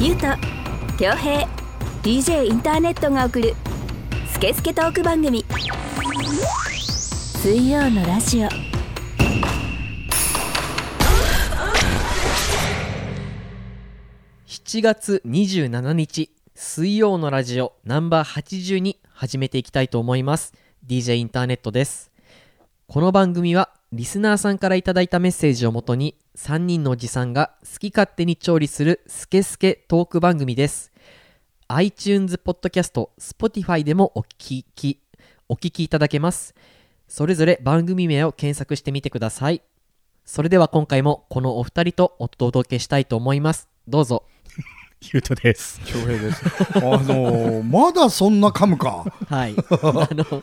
ゆうと恭平 DJ インターネットが送る「スケスケトーク番組」水曜のラジオ7月27日水曜のラジオナンバー82始めていきたいと思います DJ インターネットですこの番組はリスナーさんからいただいたメッセージをもとに3人のおじさんが好き勝手に調理するスケスケトーク番組です iTunes ポッドキャスト Spotify でもお聞きお聞きいただけますそれぞれ番組名を検索してみてくださいそれでは今回もこのお二人とお届けしたいと思いますどうぞゆうとです。恭平です。あのー、まだそんな噛むか、はいあの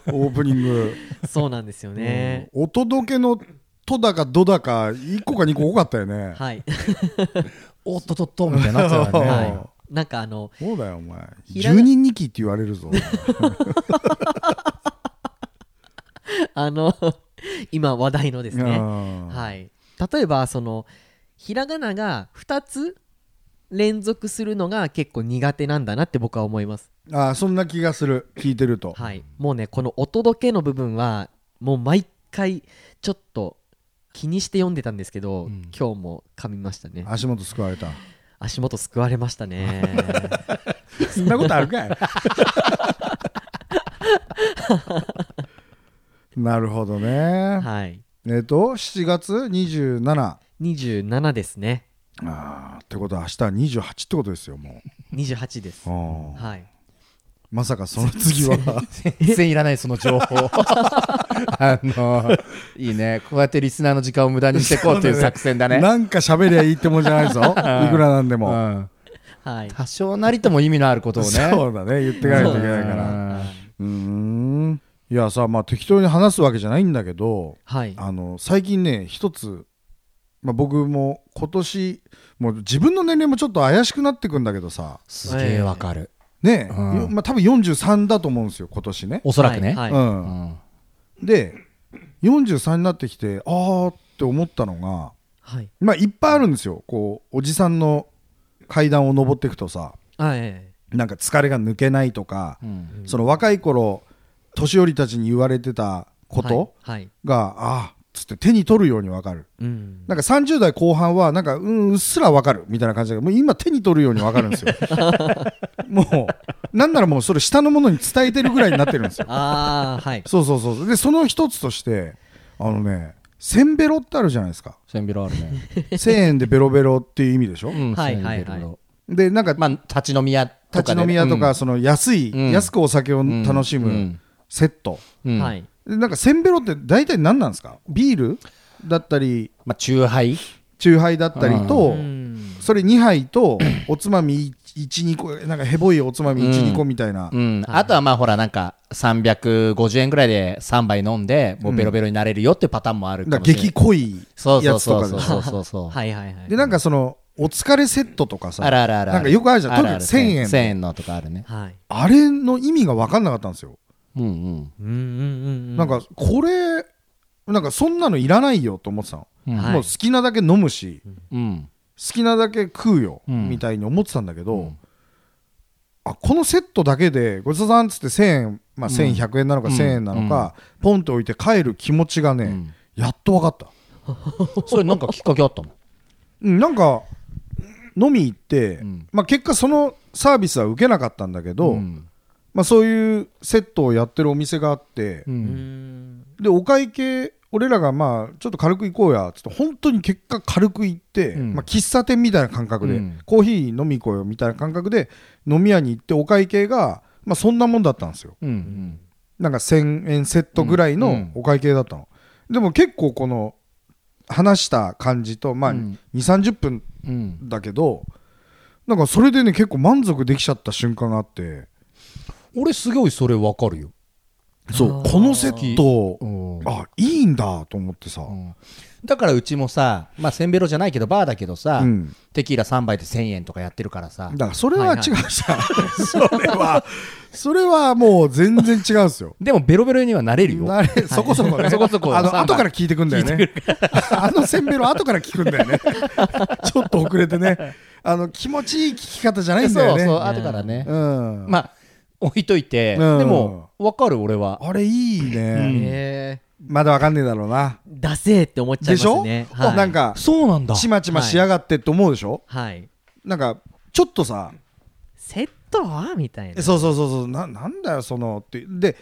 オープニング。そうなんですよね。お届けのとだかどだか、1個か2個多かったよね。はい。おっとっとっとみたいになっちゃうよね。 はい。なんかあの、そうだよ、お前。ひらが10人2期って言われるぞ。あの、 今話題のですね。ははい。例えば、その、ひらがなが2つ連続するのが結構苦手なんだなって僕は思います。あーそんな気がする、聞いてると。はい。もうね、このお届けの部分は、もう毎回、ちょっと、気にして読んでたんですけど、うん今日も噛みましたね足元救われた。足元すくわれましたねそんなことあるかい なるほどね。はいえっと、7月27。あ27ですねあ、ってことは明日は28ってことですよ、も28ですう。うんはいまさかその次は。全然いらない、その情報。 あのいいね。こうやってリスナーの時間を無駄にしていこうという作戦だね。なんか喋りゃいいってもんじゃない ぞ。いくらなんでうも。んはい多少なりとも意味のあることをね。そうだね。言っていかないといけないから。うーん。いやさ、まあ適当に話すわけじゃないんだけど、はいあの、最近ね、一つ、まあ僕も今年、もう自分の年齢もちょっと怪しくなってくんだけどさ、すげえわかる。ねえ、うんよまあ多分43だと思うんですよ、今年ね。おそらくね。はいうんはいうんで、43になってきて、あーって思ったのが、はいまあいっぱいあるんですよ。こう、おじさんの階段を登っていくとさ、あえなんか疲れが抜けないとか、うんその若い頃年寄りたちに言われてたえことはい、はいが、ああつって手に取るように分かるうんなんか30代後半はなんかうんうっすら分かるみたいな感じだけどもう今手に取るように分かるんですよもうなんならもうそれ下のものに伝えてるぐらいになってるんですよああはいそうそうそうでその一つとしてあのねせんべろってあるじゃないですかせんべろあるね。 1000円でベロベロっていう意味でしょ、うんはいはいはいせんべろでなんかまあ、立ち飲み屋とか立ちでね。飲み屋とうかんその安い、うん安くお酒を楽しうむんセット、うんはいでなんかせんべろって大体何なんですかビールだったりまあ、チューハイチューハイだったりうとんそれ2杯とおつまみ12個なんかヘボいおつまみ12個みたいな、うん、あとはまあほらなんか350円ぐらいで3杯飲んでもうベロベロになれるよっていうパターンもあるなかもんかしれない、激濃いそうそやうつとそかうそうそでうそうそうはいはいはいでなんかそのお疲れセットとかさ あるあるあるなんかよくあるじゃんあるある特に1000円1000円のとかあるねはいあれの意味が分かんなかったんですよ、うんうんうんうんうんなんかこれなんかそんなのいらないよと思ってたの、うんはいもう好きなだけ飲むしうん好きなだけ食うよ、うんみたいに思ってたんだけど、うんあこのセットだけでごちそうさんっつって1000円、まあ、1100円なのかうん1000円なのか、ポンと置いて帰る気持ちがね、んやっと分かった、それなんかきっかけあったのうん、なんか飲み行って、んまあ、結果そのサービスは受けなかったんだけど、んまあ、そういうセットをやってるお店があって、ううんんでお会計俺らがまあちょっと軽く行こうやっつって本当に結果軽く行って、うんまあ、喫茶店みたいな感覚で、うんコーヒー飲み行こうよみたいな感覚で飲み屋に行ってお会計が、まあ、そんなもんだったんですようんなんか1000円セットぐらいうのんお会計だったの、でも結構この話した感じとまあう2ん三3 0分うんだけどなんかそれでね結構満足できちゃった瞬間があって俺すごいそれわかるよそうこのセットうんあいいんだと思ってさ、うんだからうちもさ、まあ、せんべろじゃないけどバーだけどさ、うんテキーラ3杯で1000円とかやってるからさだからそれははい違はうじゃん、 それはそれはもう全然違うんですよでもベロベロにはなれるよなれそこそこねそこそこあの三番後から聞いてくんだよねあのせんべろ後から聞くんだよねちょっと遅れてねあの気持ちいい聞き方じゃないんだよそうねそう後からね、うんまあ置いといて、うんでも分かる俺はあれいいね、えまだわかんねえだろうなー、ダセーって思っちゃいまでしょ、すね。はいなん、かそうなんだちまちましやがってって思うでしょ、はい。なんかちょっとさセットはみたいな。そうそうそうそうななんだよそのってで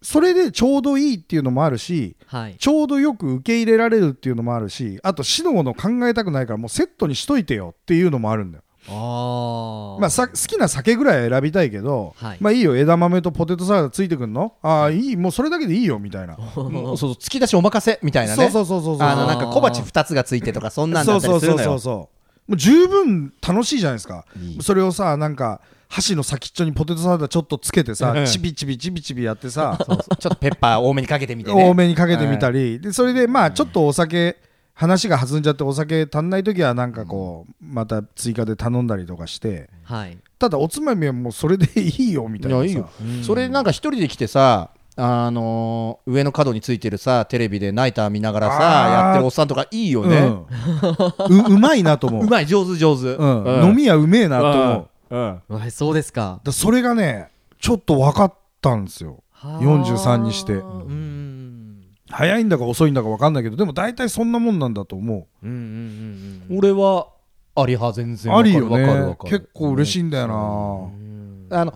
それでちょうどいいっていうのもあるしはい。ちょうどよく受け入れられるっていうのもあるしあと死のもの考えたくないからもうセットにしといてよっていうのもあるんだよああ。まあ、さ好きな酒ぐらい選びたいけど、はいまあいいよ枝豆とポテトサラダついてくんのああいいもうそれだけでいいよみた いな、もうそうそう突き出しお任せみたいなそねうそうそうそうそうあのなんか小鉢2つがついてとかそんなんだったそりうするそうのそようそうそうもう十分楽しいじゃないですかいいそれをさなんか箸の先っちょにポテトサラダちょっとつけてうさんチビチビチビチビやっ てさそうそうちょっとペッパー多めにかけてみてね多めにかけてみたり、でそれでまあちょっとお酒話が弾んじゃってお酒足んない時はなんかこうまた追加で頼んだりとかしてはい。ただおつまみはもうそれでいいよみたいなさいやいいよそれなんか一人で来てさあのー上の角についてるさテレビでナイター見ながらさあーやってるおっさんとかいいよね、うん ううまいなと思ううまい上手上手、うん飲み屋うめえなと思う、だかうんうわそうですか。らそれがねちょっと分かったんですよ43にしてはーうん。早いんだか遅いんだか分かんないけどでも大体そんなもんなんだと思うんうんうんうん。俺はあり派全う然わあかりるわよかるわねかる結構嬉しいんだよなあの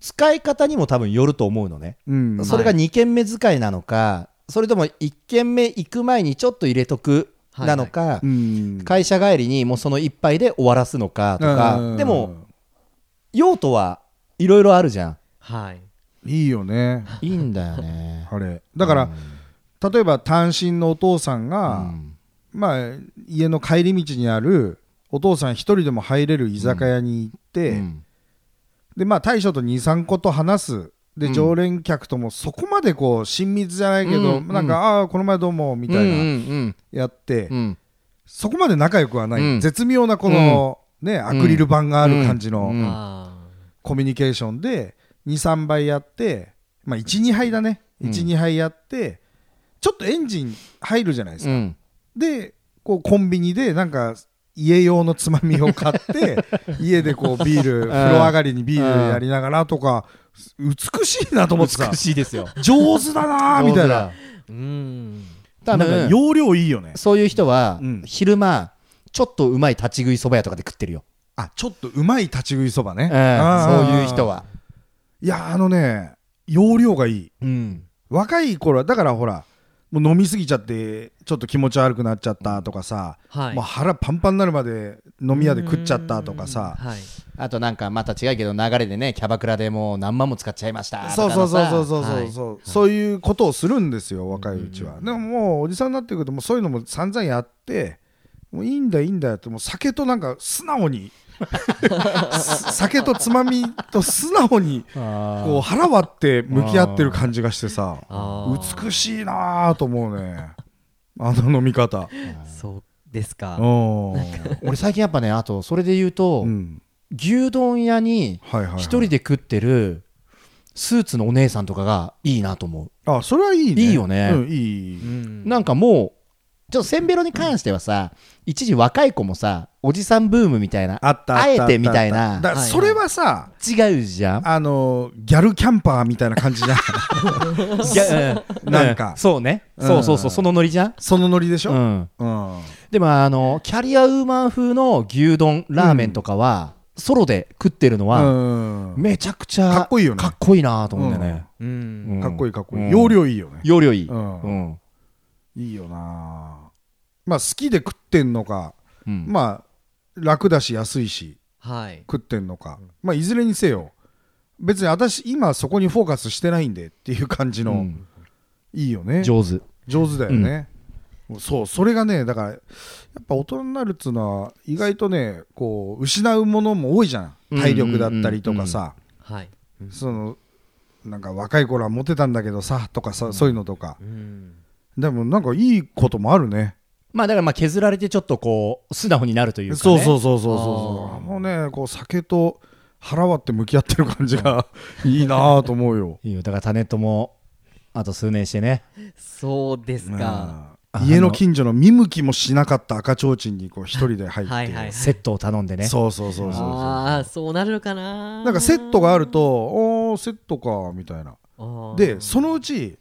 使い方にも多分よると思うのね、うん、それが2軒目使いなのかそれとも1軒目行く前にちょっと入れとくはいなのか、うん会社帰りにもうその一杯で終わらすのかとうかんでも用途はいろいろあるじゃんはい。いいよねいいんだよねあれだから、例えば単身のお父さんが、うんまあ、家の帰り道にあるお父さん一人でも入れる居酒屋に行って、うんでまあ、大将と23個と話すで、うん常連客ともそこまでこう親密じゃないけど、うんなんか、ああこの前どうもみたうんいうなんやって、うんうんそこまで仲良くはない、うん絶妙なこの、ね、アクリル板がある感じのうんあコミュニケーションで23杯やって、まあ、12杯だね12、杯やってちょっとエンジン入るじゃないですかうんでこうコンビニでなんか家用のつまみを買って 家でこうビール風呂上がりにビールやりながらとか美しいなと思ってさ美しいですよ上手だなーみたいなーうん。多なんか分容量いいよねそういう人はうん昼間ちょっとうまい立ち食いそば屋とかで食ってるよ、あちょっとうまい立ち食いそばねうんそうあーいう人はいやあのね容量がいいうん若い頃はだからほらもう飲みすぎちゃってちょっと気持ち悪くなっちゃったとかさ、はい。もう腹パンパンになるまで飲み屋で食っちゃったとかさはい。あとなんかまた違うけど流れでねキャバクラでもう何万も使っちゃいましたそうそうそうそううそうそうそう、そういうことをするんですよ若いうちは、でももうおじさんになってくるともうそういうのも散々やってもういいんだいいんだよってもう酒となんか素直 にす酒とつまみと素直にこう腹割って向き合ってる感じがしてさあー美しいなぁと思うねあの飲み方そうですか。うん俺最近やっぱねあとそれで言うと、うん牛丼屋にはいはい、はい、一人で食ってるスーツのお姉さんとかがいいなと思あそれはいいねいいよねうん、いい、うなんかもうちょっとせんべろに関してはさ一時若い子もさおじさんブームみたいなあったあったあったあえてみたいなだそれはさ、違うじゃんあのギャルキャンパーみたいな感じ じゃんいやう なんかうそうねうんそうそうそうそのノリじゃんそのノリでしょ、ううんんでもあのキャリアウーマン風の牛丼ラーメンとかは、ソロで食ってるのは、うんめちゃくちゃかっこいいよねかっこいいなと思うんだよね、う。うんんかっこいいかっこいい、うん容量いいよね、容量いい、うんうんいいよなまあ好きで食ってんのか、うんまあ楽だし安いしはい。食ってんのか、まあいずれにせよ別に私今そこにフォーカスしてないんでっていう感じの、うんいいよね上手上手だよね、そうそれがねだからやっぱ大人になるっつうのは意外とねこう失うものも多いじゃん体力だったりとかさ、はい。そのなんか若い頃はモテたんだけどさとかさ、そういうのとかうん。でもなんかいいこともあるねまあだからまあ削られてちょっとこう素直になるというか、ね、そうそうそうそうそうあーあのねこう酒と腹割って向き合ってる感じがいいなぁと思うよいいよだからタネットもあと数年してねそうですか。うん家の近所の見向きもしなかった赤ちょうちんにこう一人で入ってはいはい。セットを頼んでねそうそうそうそうそうああ、そうなるのかな。なんかセットがあるとおーセットかみたいなあー。でそのうち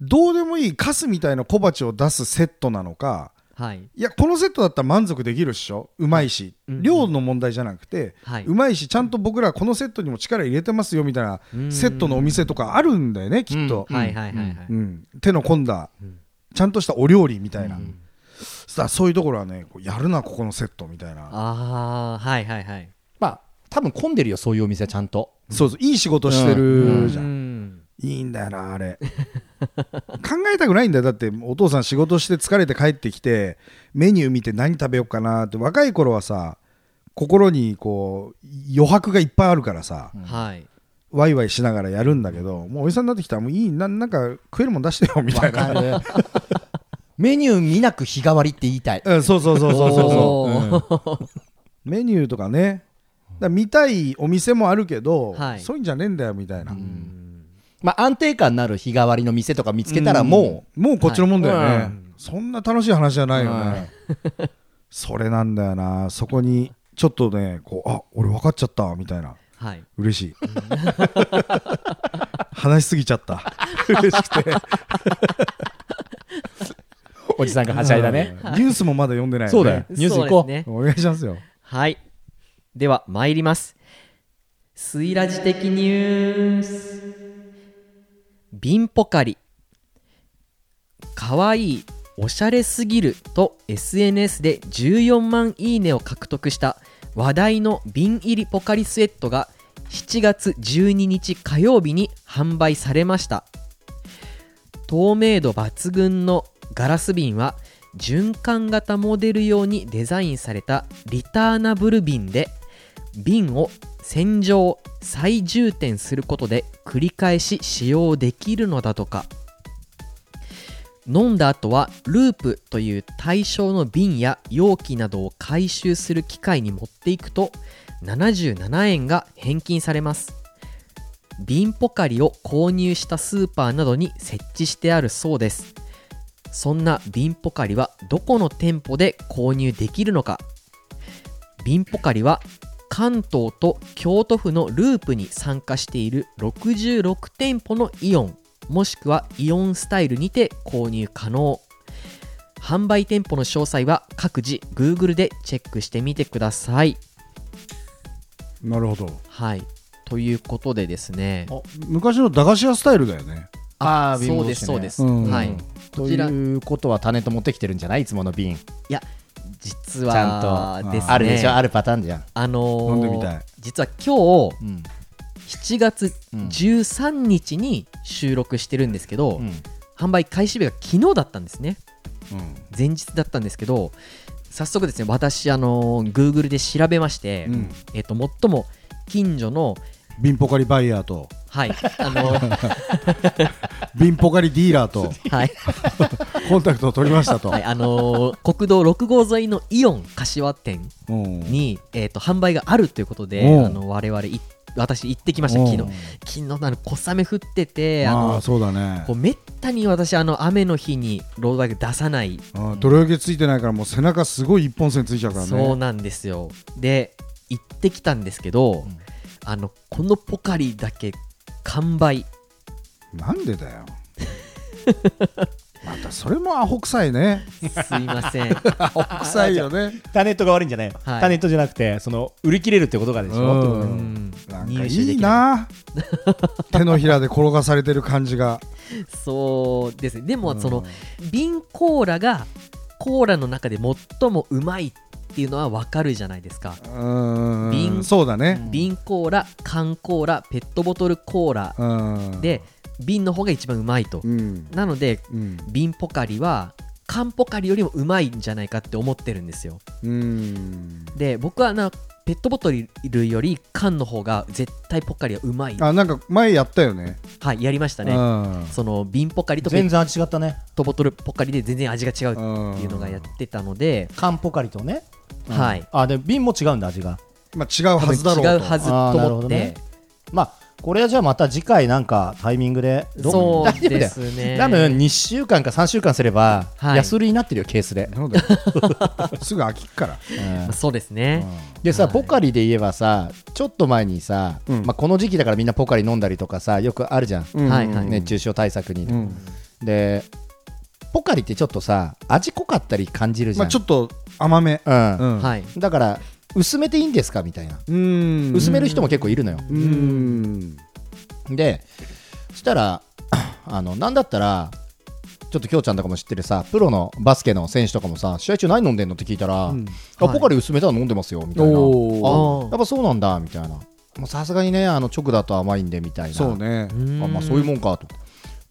どうでもいいカスみたいな小鉢を出すセットなのかはい。いやこのセットだったら満足できるっしょうまいし、うん量の問題じゃなくて、はいうまいしちゃんと僕らこのセットにも力入れてますよみたいなうんセットのお店とかあるんだよねきっと、うんはいはいはいはい。うん手の込んだ、うんちゃんとしたお料理みたいな、うんさあそういうところはねこうやるなここのセットみたいなああ、はいはいはい。まあ多分混んでるよそういうお店はちゃんとそうそういい仕事してるじゃん、ん。いいんだよな あれ考えたくないんだよだってお父さん仕事して疲れて帰ってきてメニュー見て何食べようかなって若い頃はさ心にこう余白がいっぱいあるからさ、はい。ワイワイしながらやるんだけどもうおじさんになってきたらもういいななんか食えるもん出してよみたいな、わかるメニュー見なく日替わりって言いたい うん、そうそうそうそうそうそおーうメニューとかねだから見たいお店もあるけど、はいそういうんじゃねえんだよみたいな、まあ安定感のある日替わりの店とか見つけたらももうこっちのもんだよね、はいそんな楽しい話じゃないよね、は それなんだよなそこにちょっとねこうあ俺分かっちゃったみたいなはい。嬉し い話しすぎちゃった嬉しくてうおじさんがはしゃいだねうんニュースもまだ読んでない、ね、そうだよニュース行こうそですねお願いしますよはい。では、参ります。スイラジ的ニュース。ビンポカリ。かわいい、おしゃれすぎると SNS で14万いいねを獲得した話題の瓶入りポカリスエットが7月12日火曜日に販売されました。透明度抜群のガラス瓶は循環型モデル用にデザインされたリターナブル瓶で瓶を洗浄再充填することで繰り返し使用できるのだとか飲んだ後はループという対象の瓶や容器などを回収する機械に持っていくと77円が返金されます瓶ポカリを購入したスーパーなどに設置してあるそうですそんな瓶ポカリはどこの店舗で購入できるのか瓶ポカリは関東と京都府のループに参加している66店舗のイオンもしくはイオンスタイルにて購入可能販売店舗の詳細は各自 Google でチェックしてみてくださいなるほどはいということでですね昔の駄菓子屋スタイルだよねあーそうですそうです、うんはいとこちらいうことはタネット持ってきてるんじゃないいつもの瓶実ちゃはんとですねあるでしょあるパターンじゃんあのー飲んでみたい実は今日うん7月うん13日に収録してるんですけど、うん販売開始日が昨日だったんですねうん前日だったんですけど早速ですね私あのー Google で調べまして、うんえっと最も近所の瓶ポカリバイヤー と はいあのー瓶ポカリディーラーとはい、コンタクトを取りましたと、はい、あのー国道6号沿いのイオン柏店うんに、えー、と販売があるということで、うんあの我々い私行ってきました昨うん日昨日あの小雨降っててああのあそうだねこうめったに私あの雨の日にロードバイク出さない、うん泥よけついてないからもう背中すごい一本線ついちゃうからねそうなんですよで行ってきたんですけど、んあのこのポカリだけ完売なんでだよ またそれもアホ臭 いねすいませ ん臭いよねタネットが悪いんじゃない、タネットじゃなくてその売り切れるってことがでしょ、うんうんなんか入手いでいきなな 手のひらで転がされてる感じがいそうですねでもその、うん瓶コーラがコーラの中で最もうまいっていうのはわかるじゃないですかうん瓶そうだね瓶コーラ缶コーラペットボトルコーラうんで瓶の方が一番うまいと、うんなのでうん瓶ポカリは缶ポカリよりもうまいんじゃないかって思ってるんですようんで僕はなペットボトルより缶の方が絶対ポカリはうまいあなんか前やったよねはいやりましたねうんその瓶ポカリとペ全ッ然味違ったねトボトルポカリで全然味が違うっていうのがやってたので缶ポカリとね、うんはいあで瓶も違うんだ味がまあ、違うはずだろ多うと分違うはずとあーなる思ほっどて、ねまあこれはじゃあまた次回なんかタイミングでどそう大丈夫だよですね 多分2週間か3週間すればはい安売りになってるよケースで、そうだよ すぐ飽きっからうんまあそうですね、でさ、はいポカリで言えばさちょっと前にさ、うんまあ、この時期だからみんなポカリ飲んだりとかさよくあるじゃん、うんはいはい熱中症対策に、うんでポカリってちょっとさ味濃かったり感じるじゃまん、あ、ちょっと甘めうんうんはいだから薄めていいんですかみたいなうん薄める人も結構いるのよ、うんでそしたら あのなんだったらちょっときょうちゃんとかも知ってるさプロのバスケの選手とかもさ試合中何飲んでんのって聞いたら、うんあはいポカリ薄めたら飲んでますよみたいなおあやっぱそうなんだみたいなもうさすがにねあの直だと甘いんでみたいなそうねあまあ、そういうもんかと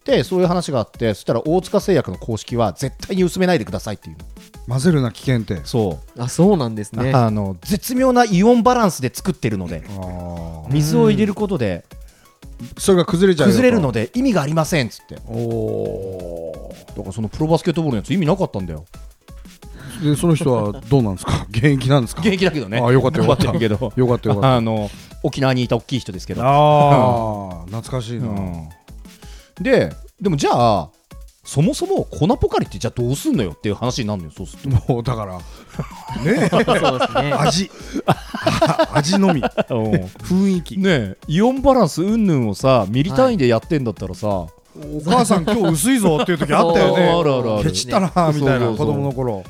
でそういう話があってそしたら大塚製薬の公式は絶対に薄めないでくださいっていうの混ぜるな危険ってそあそうなんですう、ねあの絶妙なイオンバランスで作ってるのであー水を入れることでそれが崩れちゃうよと崩れるので意味がありませんっつっておおだからそのプロバスケットボールのやつ意味なかったんだよでその人はどうなんですか 現役なんですか現役だけどねあよかった よかった頑張ってるけどよかったよか っあの沖縄にいた大きい人ですけ たどああ懐かしいな、うんででもじゃあそもそも粉ポカリってじゃあどうすんのよっていう話になるのよそうするともう だからねそうですね味あ 味のみ 雰囲気ねえイオンバランスうんぬんをさミリ単位でやってんだったらさ、お母さん今日薄いぞっていう時あったよね そうあるあるあるケチったなーみたいなそうそう子そう供の頃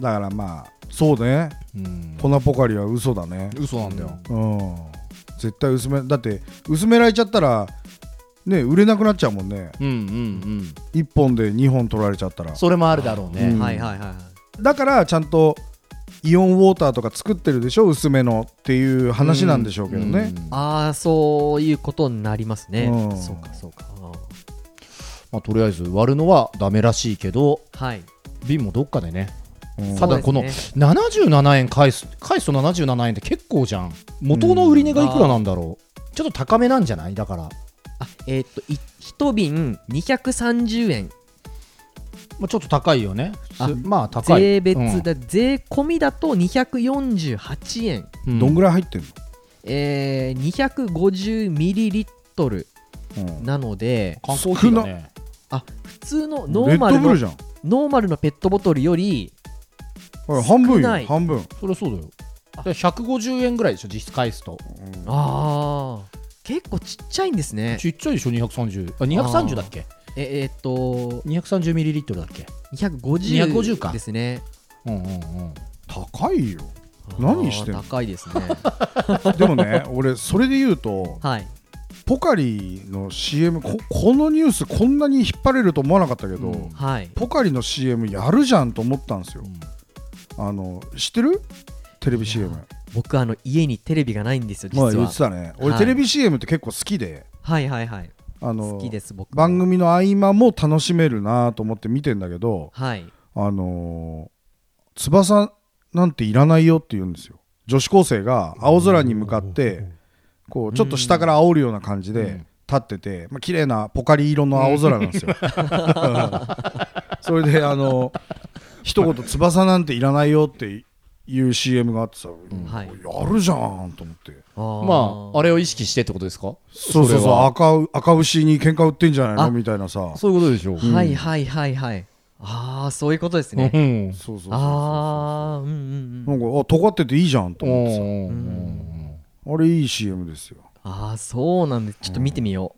だからまあそうねうん粉ポカリは嘘だね嘘なんだよ、うん絶対薄めだって薄められちゃったらね売れなくなっちゃうもんねうん、うんうん1本で2本取られちゃったらそれもあるだろうね、うんはいはいはいだからちゃんとイオンウォーターとか作ってるでしょ薄めのっていう話なんでしょうけどね、うんまああそういうことになりますねうんそうかそうかああ、とりあえず割るのはダメらしいけどーはい瓶もどっかでねうんただこのそうで77円返す返すと77円って結構じゃん元の売り値がいくらなんだろう、ちょっと高めなんじゃないだから、あえーっとい一瓶230円まあ、ちょっと高いよね普通あまあ高い税別うんだ、税込みだと248円うんどんぐらい入ってるえー、250ミリリットルの、うんなので缶コーヒーだね普通のノレーッマドルブのルじゃんノーマルのペットボトルよりほら半分少よない半分それそうだよだから150円ぐらいでしょ実質返すとあー結構ちっちゃいんですねちっちゃいでしょ230あ230だっけええーっと230ミリリットルだっけ250 250かですねうんうんうん高いよ何してんあのー高いですねでも ね俺それで言うとはいポカリの CM ここのニュースこんなに引っ張れると思わなかったけど、うんはいポカリの CM やるじゃんと思ったんですよあの知ってるテレビ CM 僕あの家にテレビがないんですよ実まあは、言ってたね俺、はいテレビ CM って結構好きではいはいはいあの好きです僕も番組の合間も楽しめるなと思って見てんだけどはいあのー翼なんていらないよって言うんですよ女子高生が青空に向かってこうちょっと下から煽るような感じで立ってて、まあ綺麗なポカリ色の青空なんですよ それであの一言「翼なんていらないよ」っていう CM があってさ、はいやるじゃんと思ってあーまああれを意識してってことですかそうそうそそれうは赤う赤牛に喧嘩売ってんじゃなあいのみたいなさそういうことでしょうはいはいはいはいああそういうことですねんそうそうそうああうんうんうなんんかあ尖ってていいじゃんとう思ってさんあれいい CM ですよああそうなんですちょっと見てみよ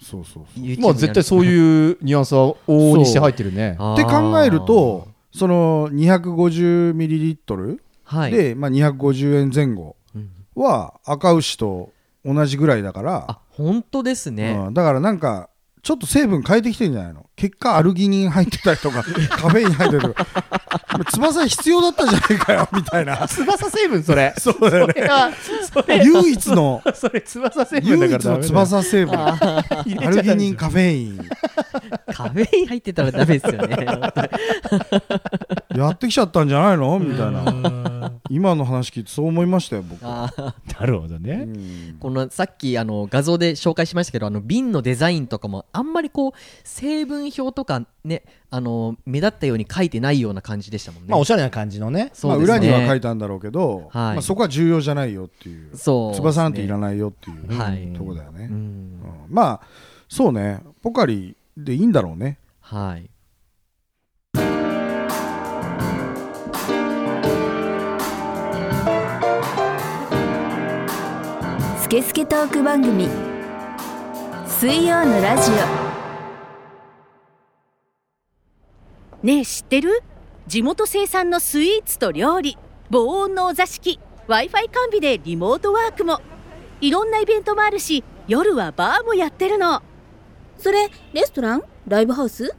そうそうそうう、まあ絶対そういうニュアンスは往々にして入ってるっねって考えるとその250ミリリットルはいで、まあ、250円前後うんは赤牛と同じぐらいだから、あ本当です ね、うんだからなんかちょっと成分変えてきてんじゃないの結果アルギニン入ってたりと かカフェイン入ってるとか翼必要だったじゃないかよみたいな翼成 分それそうだよねれはそ唯一のそれ翼成唯一の翼成分アルギニンカフェインカフェイン入ってたらダメですよね やってきちゃったんじゃないのみたいな今の話聞いてそう思いましたよ僕あーなるほどね。このさっきあの画像で紹介しましたけどあの瓶のデザインとかもあんまりこう成分表とかねあの目立ったように書いてないような感じでしたもんね。まあおしゃれな感じのねそうですまあ、裏ねには書いたんだろうけど、はいまあ、そこは重要じゃないよっていうそうですね翼なんていらないよっていう、はいとこだよね、ううんんまあそうねポカリでいいんだろうねはいスケスケトーク番組水曜のラジねえ知ってる地元生産のスイーツと料理防音のお座敷 w i f i 完備でリモートワークもいろんなイベントもあるし夜はバーもやってるのオそれレストランライブハウス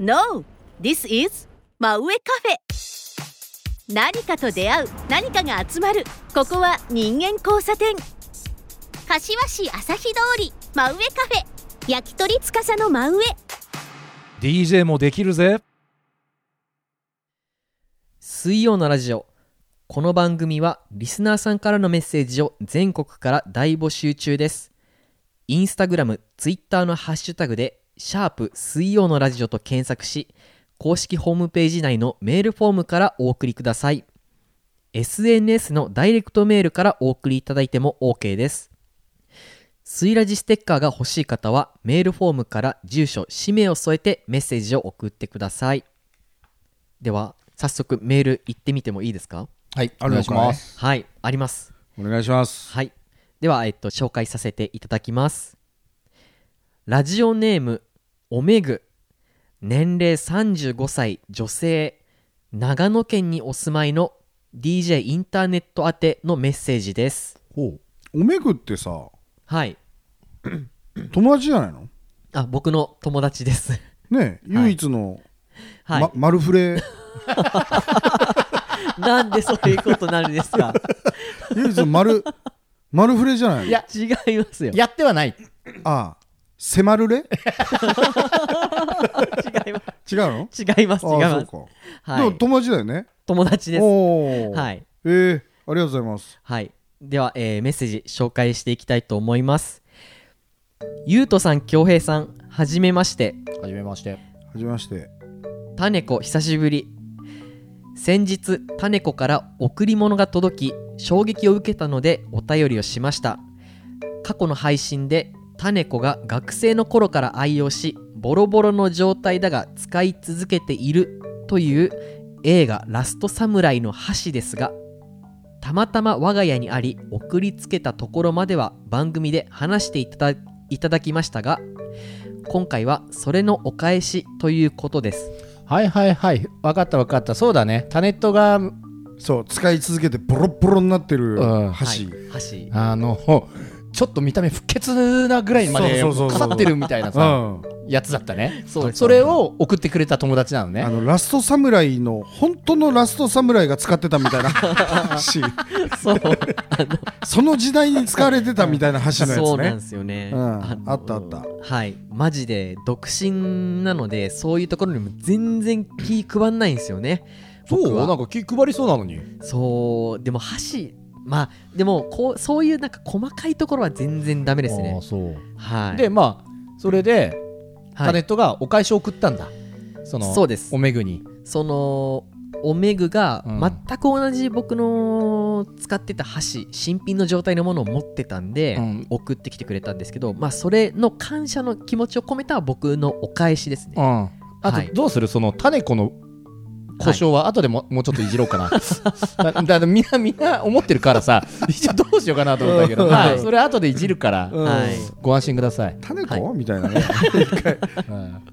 No! This is 真上カフェ何かと出会う何かが集まるここは人間交差点柏市朝日通り真上カフェ焼き鳥つかさの真上 DJ もできるぜ水曜のラジオこの番組はリスナーさんからのメッセージを全国から大募集中ですインスタグラムツイッターのハッシュタグで「シャープ水曜のラジオ」と検索し公式ホームページ内のメールフォームからお送りください SNS のダイレクトメールからお送りいただいても OK ですスイラジステッカーが欲しい方はメールフォームから住所氏名を添えてメッセージを送ってくださいでは早速メール行ってみてもいいですかはいあお願るのいしかねますはいありますお願いしますはいでは、えっと、紹介させていただきますラジオネームおめぐ年齢35歳女性長野県にお住まいの DJ インターネット宛てのメッセージですおめぐってさはい友達じゃないのあ僕の友達です ねえ、はい唯一の、はい、ま、丸フレなんでそういうことになるんです か唯一の丸 丸フレじゃないのいや違いますよやってはないああセマルレ違いま違うのす 違います違いあまあそうすか、はでもい友達だよね友達ですおお、はいえー、ありがとうございますはい。では、えーメッセージ紹介していきたいと思います。ゆうとさん、きょうへいさん、はじめまして。はじめましてはじめましてタネコ、久しぶり。先日、タネコから贈り物が届き、衝撃を受けたのでお便りをしました。過去の配信で、タネコが学生の頃から愛用し、ボロボロの状態だが使い続けているという映画「ラストサムライ」の箸ですが、たまたま我が家にあり送りつけたところまでは番組で話していただいただきましたが今回はそれのお返しということですはいはいはい分かった分かったそうだねタネットがそう使い続けてボロボロになってるうん箸、はい、箸あのちょっと見た目不潔なぐらいまでそうそうそうそう腐ってるみたいなうさんやつだったねそうですそれを送ってくれた友達なのあねのラストサムライの本当のラストサムライが使ってたみ たいな箸 そうその時代に使われてたみたいな箸のやつねそうなんですよね、うんのあったあったはいマジで独身なのでそういうところにも全然気配んないんですよね僕はか気配りそうなのにそうでも箸まあでもこうそういうなんか細かいところは全然ダメですあねあそうはいでまあそれではいタネットがお返しを送ったんだそのそうですおめぐにそのおめぐがうん全く同じ僕の使ってた箸新品の状態のものを持ってたんで、うん送ってきてくれたんですけど、まあ、それの感謝の気持ちを込めた僕のお返しですうね。んあはいとどうするそのタネコの故障は後でももうちょっといじろうかなだだからみんな みんな思ってるからさ一応どうしようかなと思ったけどうんまあそれ後でいじるからうんはいご安心ください種子、はみたいなね一回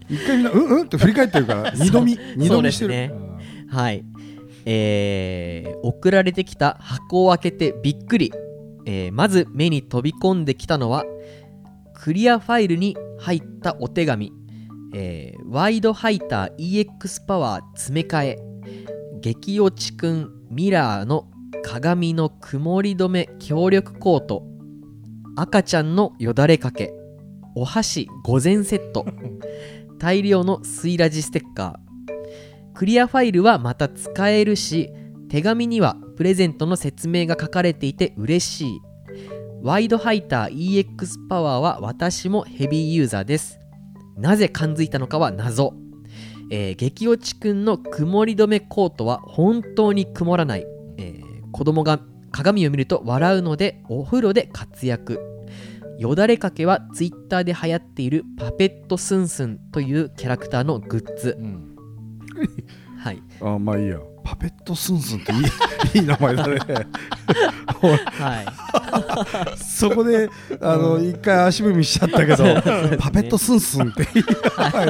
一回みんなうんうんって振り返ってるから二度見二そう度で見してする、ね。はい。えー送られてきた箱を開けてびっくり、えーまず目に飛び込んできたのはクリアファイルに入ったお手紙、えーワイドハイター EX パワー詰め替え激落ちくんミラーの鏡の曇り止め協力コート赤ちゃんのよだれかけお箸5膳セット大量のスイラジステッカークリアファイルはまた使えるし手紙にはプレゼントの説明が書かれていて嬉しいワイドハイター EX パワーは私もヘビーユーザーですなぜ感づいたのかは謎、えー激落ちくんの曇り止めコートは本当に曇らない、えー子供が鏡を見ると笑うのでお風呂で活躍よだれかけはツイッターで流行っているパペットスンスンというキャラクターのグッズ、はいあまあいいやパペットスンスンっていいいい名 前だねおはいそこであの一回足踏みしちゃったけど、パペットスンスンっていい名前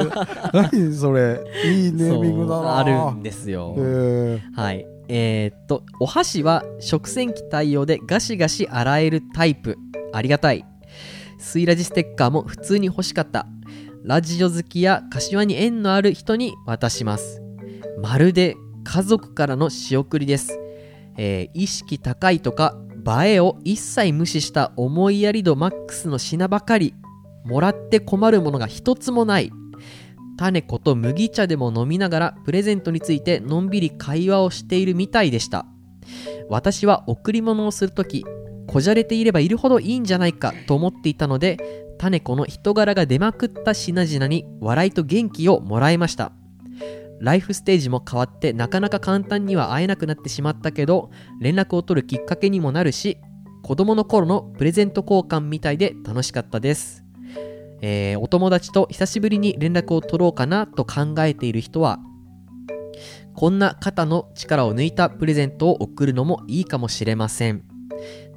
何それいいネーミングだなそうあるんですよ、えーはいえーっとお箸は食洗機対応でガシガシ洗えるタイプありがたいスイラジステッカーも普通に欲しかったラジオ好きや柏に縁のある人に渡しますまるで家族からの仕送りです、えー意識高いとか映えを一切無視した思いやり度マックスの品ばかりもらって困るものが一つもない種子と麦茶でも飲みながらプレゼントについてのんびり会話をしているみたいでした私は贈り物をするときこじゃれていればいるほどいいんじゃないかと思っていたので種子の人柄が出まくった品々に笑いと元気をもらいましたライフステージも変わってなかなか簡単には会えなくなってしまったけど連絡を取るきっかけにもなるし子供の頃のプレゼント交換みたいで楽しかったですえーお友達と久しぶりに連絡を取ろうかなと考えている人はこんな肩の力を抜いたプレゼントを贈るのもいいかもしれません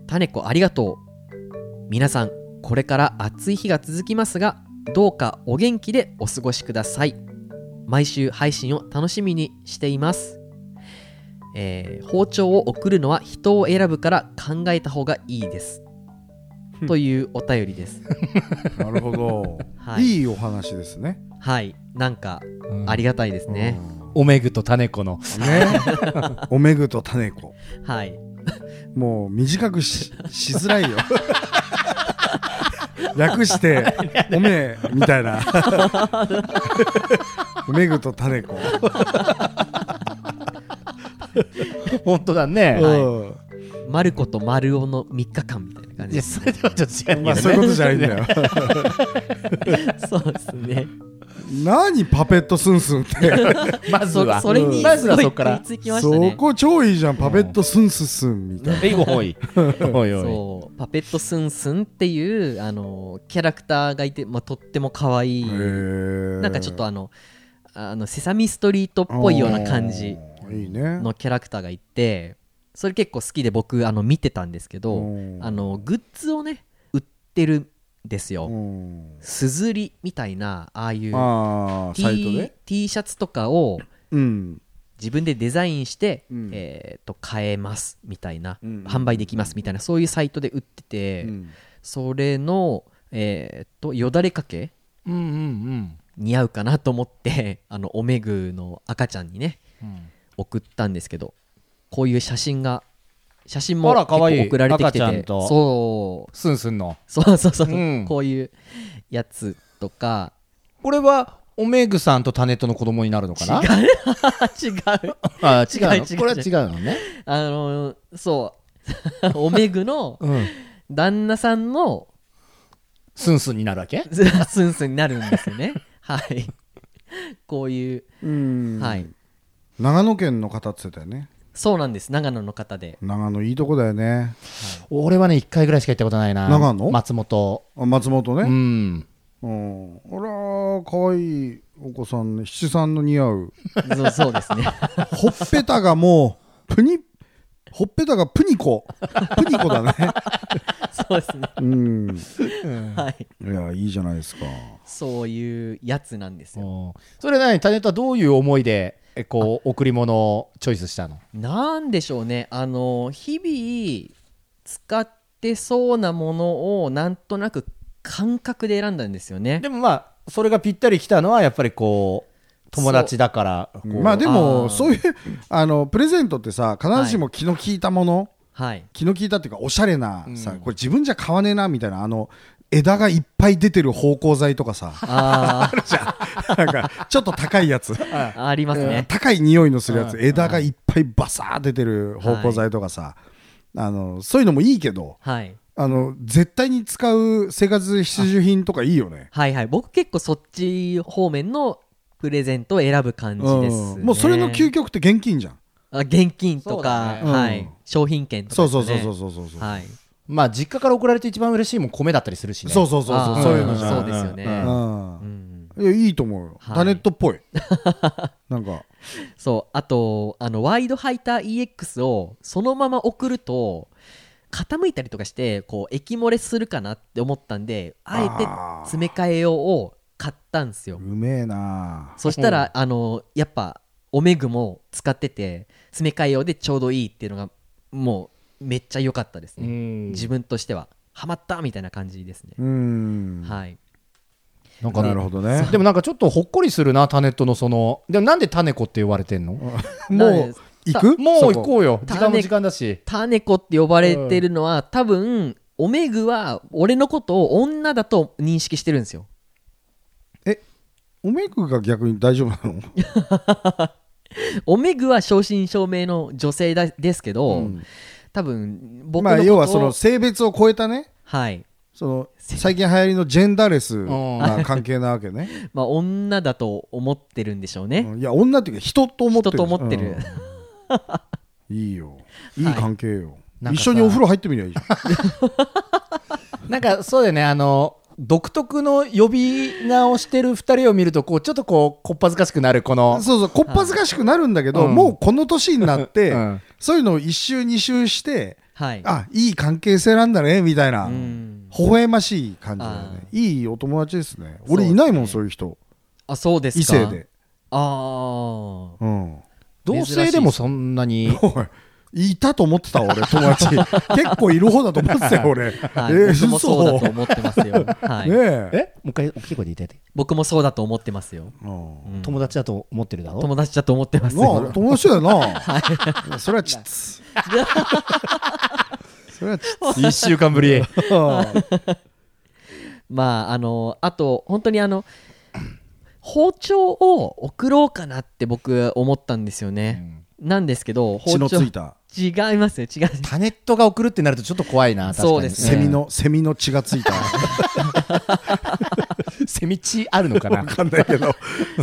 種子ありがとう皆さんこれから暑い日が続きますがどうかお元気でお過ごしください毎週配信を楽しみにしています、えー包丁を贈るのは人を選ぶから考えた方がいいですというお便りです、なるほど、はいい、いお話ですねはいなんかありがたいですね。オメグとタネコの ね おめぐと種子はい。もう短くししづらいよ 略しておめえみたいなおめぐと種子、本当だね、うんマルコとマルオの3日間みたいな感じいやそれではちょっと違うまあそういうことじゃないんだ よそうですね。何パペットスンスンって まずはそそれにますずごはいそこ食 からいつきましたそね。こ超いいじゃんパペットスンススンみたいなえいおいおいおいそうパペットスンスンっていうあのキャラクターがいて、まあ、とっても可愛いななんかちょっとあのあのセサミストリートっぽいような感じいいねのキャラクターがいてそれ結構好きで僕あの見てたんですけどうんあのグッズをね売ってるんですうよんすずりみたいなああいうああ T, サイトで T シャツとかをうん自分でデザインして、うんえーと買えますみたいな、うん販売できますみたいなそういうサイトで売ってて、うんそれの、えーとよだれかけうんうん似合うかなと思って あのオメグの赤ちゃんにね送ったんですけどこういう写真が写真もあら結かわいい構送られてきてて赤ちゃんとそうスンスンのそうそうそう、うんこういうやつとかこれはオメグさんとタネとの子供になるのかな違う 違うあ違うの違う違うこれは違うのねあのそう オメグのうん旦那さんの スンスンになるわけずらスンスンになるんですよねはいこういう、うんはい長野県の方って言ってたよねそうなんです長野の方で長野いいとこだよね俺はね1回ぐらいしか行ったことないな長野松本あ松本うねんうんあら可愛いお子さんね七三の似合うそうそうですね ほっぺたがもう プニほっぺたがプ ニコプニコだねそうですねうん はいいやいいじゃないですかそういうやつなんですよおーそれなにタネとはどういう思いでえこう贈り物をチョイスしたのなんでしょうねあの日々使ってそうなものをなんとなく感覚で選んだんですよねでもまあそれがぴったりきたのはやっぱりこう友達だからこうまあであーもそういうあのプレゼントってさ必ずしも気の利いたもの、はい気の利いたっていうかおしゃれなさ、これ自分じゃ買わねえなみたいなあの枝がいっぱい出てる芳香剤とかさあなんかちょっと高いやつあ、ありますうんね。高い匂いのするやつ、うん枝がいっぱいバサー出てる芳香剤とかさ、あのそういうのもいいけどはい。あの絶対に使う生活必需品とかいいよねはいはい。僕結構そっち方面のプレゼントを選ぶ感じです、ね。うんもうそれの究極って現金じゃん、あ現金とか、そうだねはうんい。商品券とかそうですそね、うそうそうそうそうそう、はい。まあ実家から送られて一番嬉しいもん米だったりするしねそうそうそうあそうーそういうのじゃんそうですよね。うんうんうんいやいいと思うよ、はいダネットっぽいなんかそうあとあのワイドハイター EX をそのまま送ると傾いたりとかしてこう液漏れするかなって思ったんであえてあー詰め替え用を買ったんですうよめえなそしたらあのやっぱオメグも使ってて詰め替え用でちょうどいいっていうのがもうめっちゃ良かったですうねん自分としてはハマったみたいな感じですねうんはいなんかねなるほどねでもなんかちょっとほっこりするなタネットのそのでもなんでタネコって呼ばれてんのなものうで行くもう行こうよタ時ネ間も時間だしタネコって呼ばれてるのは、多分オメグは俺のことを女だと認識してるんですよおめくが逆に大丈夫なのオメグは正真正銘の女性だですけど、うん多分僕のこまあとを、要はその性別を超えたねはい、その最近流行りのジェンダーレスな関係なわけね。 まあ、女だと思ってるんでしょうね、うんいや女っていうか人と思って人る。と思ってる、うん。いいよ。いい関係よ。なん一かさ緒にお風呂入ってみりゃいいじゃん。なんかそうだよねあの独特の呼び名をしてる二人を見るとこうちょっとこうこっぱずかしくなるこのそうそう、こっぱずかしくなるんだけど、うんもうこの年になっうてん、そういうのを一周二周して、はいあ、いい関係性なんだね、みたいな、う微ん笑ましい感じだよねあ。いいお友達ですね。俺いないもん、そそういう人。あそうですか異性で。ああうん。同性でもそんなにおいいたと思ってた俺友 達結構いる方だと思ってたよ俺、はい、えー僕もそうだと思ってます よ、はいねええもう一回大きい声で言ってやって僕もそうだと思ってますよ、うんうん友達だと思ってるだろ 友達だと思ってますなあよ友達だよなそれはちっつそれはちっ1週間ぶりつあ まああのあと本当にあの包丁を送ろうかなって僕思ったんですよね、なんですけど血包のつ丁いた違いますよ違う タネットが送るってなるとちょっと怖いな確かにそうですねセミのセミの血がついたセミチあるのかなわかんないけど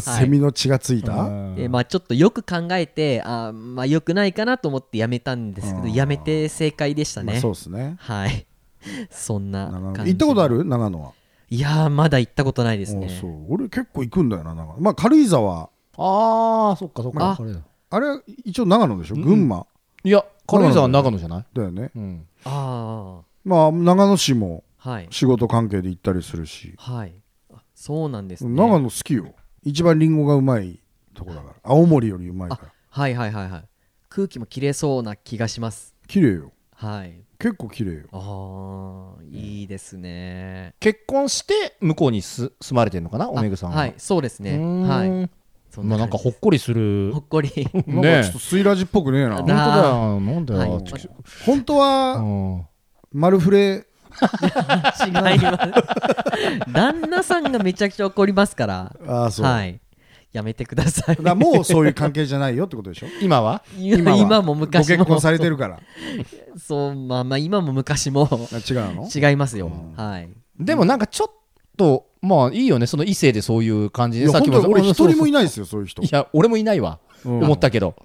セミの血がついたうんでまあちょっとよく考えてあーまあ良くないかなと思ってやめたんですけあどーやめて正解でしたまあね、そうですねはい そんな長野感じ行ったことある長野はいやーまだ行ったことないですおねそう俺結構行くんだよな長野まあ軽井沢ああそっかそっあかこれだあれ一応長野でしょ群馬いや軽井沢は長野じゃないだよねうんあまあ長野市もあはい仕事関係で行ったりするし、はいあそうなんですね長野好きよ一番リンゴがうまいとこだから青森よりうまいからはいはいはいはい空気も切れそうな気がします綺麗よはい結構綺麗よああいいですね。結婚して向こうにす住まれてんのかなおめぐさんあはい、そうですね。はい。いそまあなんか感じほっこりするほっこり。なんねかちょっとスイラジっぽくねえなあ本当だよなんだはいよ本当うはん丸フレ違います。 旦那さんがめちゃくちゃ怒りますから。ああそう、はい。やめてください。だからもうそういう関係じゃないよってことでしょ今は 今は今もご昔結も。婚されてる からそう、まあまあ今も昔もあ違うの違いますよん。はい。でもなんかちょっとまあいいよねその異性でそういう感じいでやさっ本きも当俺一人もいいないですよそういう人いや俺もいないわうん思ったけど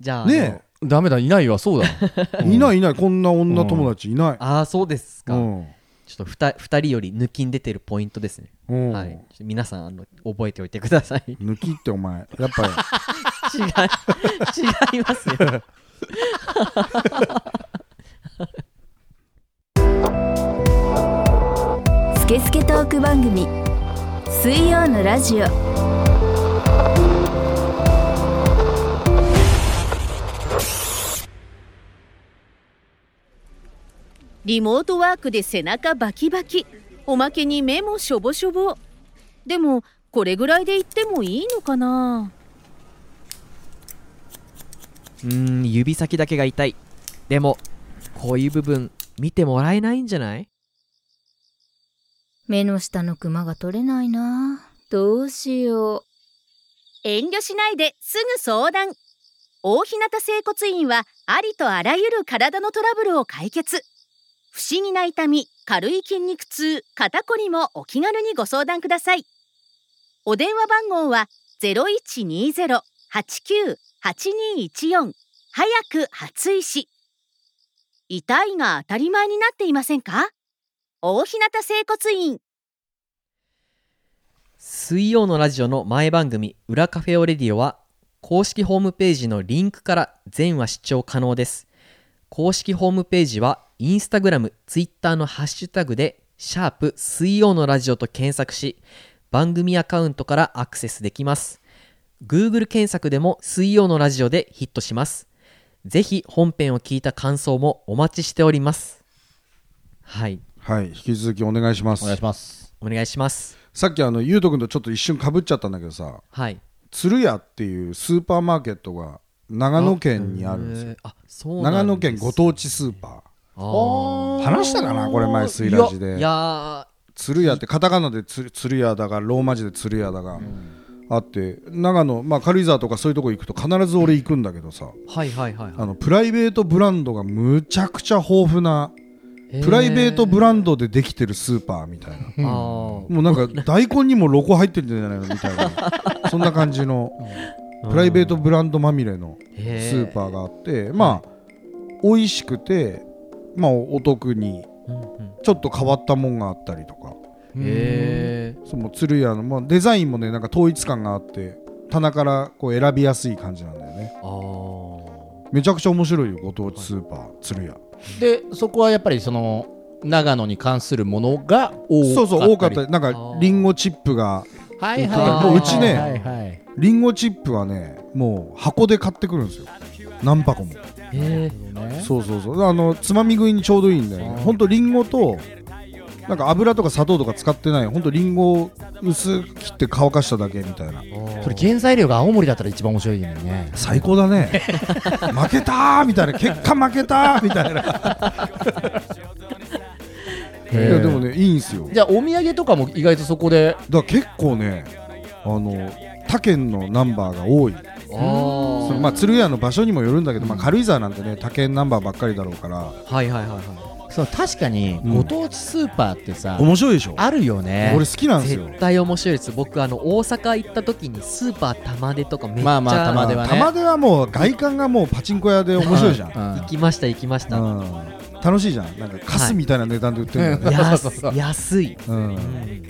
じゃあ、ねダメだいないわそうだえいないいないこんな女友達いないあのあー、そうですうか。ん、ちょっとふた二人より抜きん出てるポイントですね。うんはい。ちょっと皆さん、あの、覚えておいてください。 違い、抜きってお前やっぱり違います よ。スケスケトーク番組水曜のラジオリモートワークで背中バキバキおまけに目もしょぼしょぼでもこれぐらいで言ってもいいのかなうーん指先だけが痛いでもこういう部分見てもらえないんじゃない目の下のクマが取れないなどうしよう。遠慮しないですぐ相談大日向整骨院はありとあらゆる体のトラブルを解決不思議な痛み軽い筋肉痛肩こりもお気軽にご相談くださいお電話番号は0120-89-8214早く初医師痛いが当たり前になっていませんか大日向整骨院水曜のラジオの前番組「裏カフェオレディオ」は公式ホームページのリンクから全話視聴可能です公式ホームページはインスタグラムツイッターのハッシュタグで「シャープ水曜のラジオ」と検索し番組アカウントからアクセスできます Google 検索でも「水曜のラジオ」でヒットしますぜひ本編を聞いた感想もお待ちしておりますはいはい、引き続きお願いします。お願いしますお願いしますさっきあのゆうとくんとちょっと一瞬かぶっちゃったんだけどさ、はい鶴屋っていうスーパーマーケットが長野県にあるんですよ。へーあそうなんです長野県ご当地スーパあーー。話したかなこれ前水ラジでいやいや鶴屋ってカタカナでつ鶴屋だがローマ字で鶴屋だが、あって長野、まあ、軽井沢とかそういうとこ行くと必ず俺行くんだけどさ、ーはいはいはいはあのプライベートブランドがむちゃくちゃ豊富ないプライベートブラランドでできてるスーパーみたいな。ンドも うなんか大根にもロゴ入ってるんじゃないのみたいなそんな感じのプライベートブランドまみれのススーパーがあってまあ美味しくてまあお得にちょっと変わったもんがあったりとかへえその鶴屋の、まあ、デザインもねなんか統一感があって棚からこう選びやすい感じなんだよねあーめちゃくちゃ面白いよご当地スーパー鶴屋でそこはやっぱりその長野に関すするものが多かったりそうそう多かったりなんかリンゴチップがはい多かはいったりもううちねはいはいリンゴチップはねもう箱で買ってくるんですよ何箱も。へそうそうそうあのつまみ食いにちょうどいいんだよねほんとりんごとなんか油とか砂糖とか使ってないほんとりんごを薄く切って乾かしただけみたいなそれ原材料が青森だったら一番面白いよね最高だ ね負けたーみたいな結果負けたーみたいないやでもねいいんすよだかじゃあお土産とかも意外とそこでら結構ねあの他県のナンバーが多いえあそのまあ鶴屋の場所にもよるんだけど、まあ、軽井沢なんてね他県ナンバーばっかりだろうからあはいはいはいはその確かにうんご当地スーパーってさ、面白いでしょあるよね俺好きないんですよ絶対面白いです僕あの大阪行った時にスーパー玉出とかめっちゃまあまあ玉出はね玉出はもう外観がもうパチンコ屋で面白いじゃうん、ん行きました行きました、うん、楽しいじゃんなんかカスみたいな値段で売ってるんだよね、安そうそうそう安い、うん、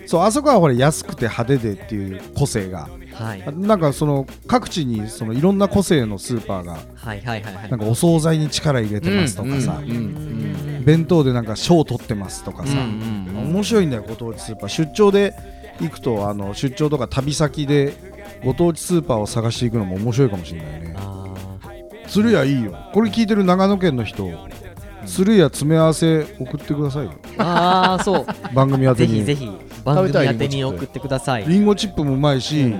そうあそこはほら安くて派手でっていう個性がはい、はいなんかその各地にそのいろんな個性のスーパーがはいはいはいなんかお惣菜に力入れてますとかさ、うんうん弁当でなんか賞取ってますとかさ、うんうん面白いんだよご当地スーパー出張で行くとあの出張とか旅先でご当地スーパーを探していくのも面白いかもしれないねあー鶴屋いいよこれ聞いてる長野県の人鶴屋詰め合わせ送ってくださいよあー そう番組宛ぜてにひぜひ番組宛てに送ってください。リンゴチップもうまいし、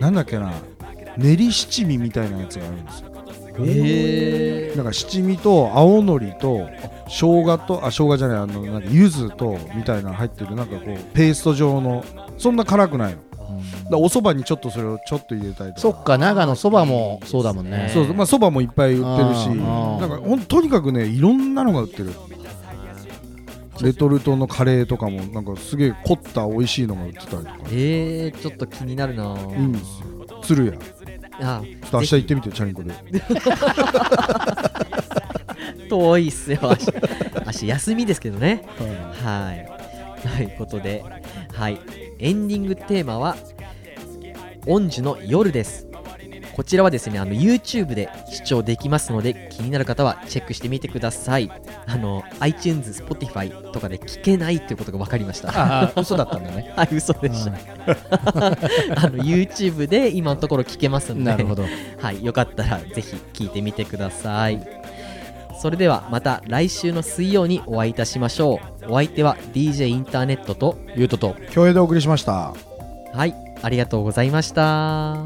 なんだっけな練り七味みたいなやつがあるんですよへなんか七味と青のりと生姜とあ生姜じゃないあのなんか柚子とみたいなの入ってるなんかこうペースト状のそんな辛くないのだからおそばにちょっとそれをちょっと入れたりとそっかか長野そばもそうだもんねそうそうまあそばもいっぱい売ってるしあーあーなんかほんとにかくねいろんなのが売ってるレトルトのカレーとかもなんかすげえ凝った美味しいのが売ってたりとかえ。へえ、ちょっと気になるな。いいんですよ鶴屋ちょあ、っと明日行ってみてチャリンコで遠いっすよ。足、 足休みですけどね。はい。ということで、はい。エンディングテーマは、オンジュの夜です。こちらはですね、あの YouTube で視聴できますので、気になる方はチェックしてみてください。あの iTunes、Spotify とかで聞けないということが分かりました。ああ嘘だったんだねはい、嘘でした。 あの YouTube で今のところ聞けますんで、 なるほどはい、よかったらぜひ聞いてみてください。それではまた来週の水曜にお会いいたしましょう。お相手は DJ インターネットと、ゆうとと共栄でお送りしましたはい、ありがとうございました。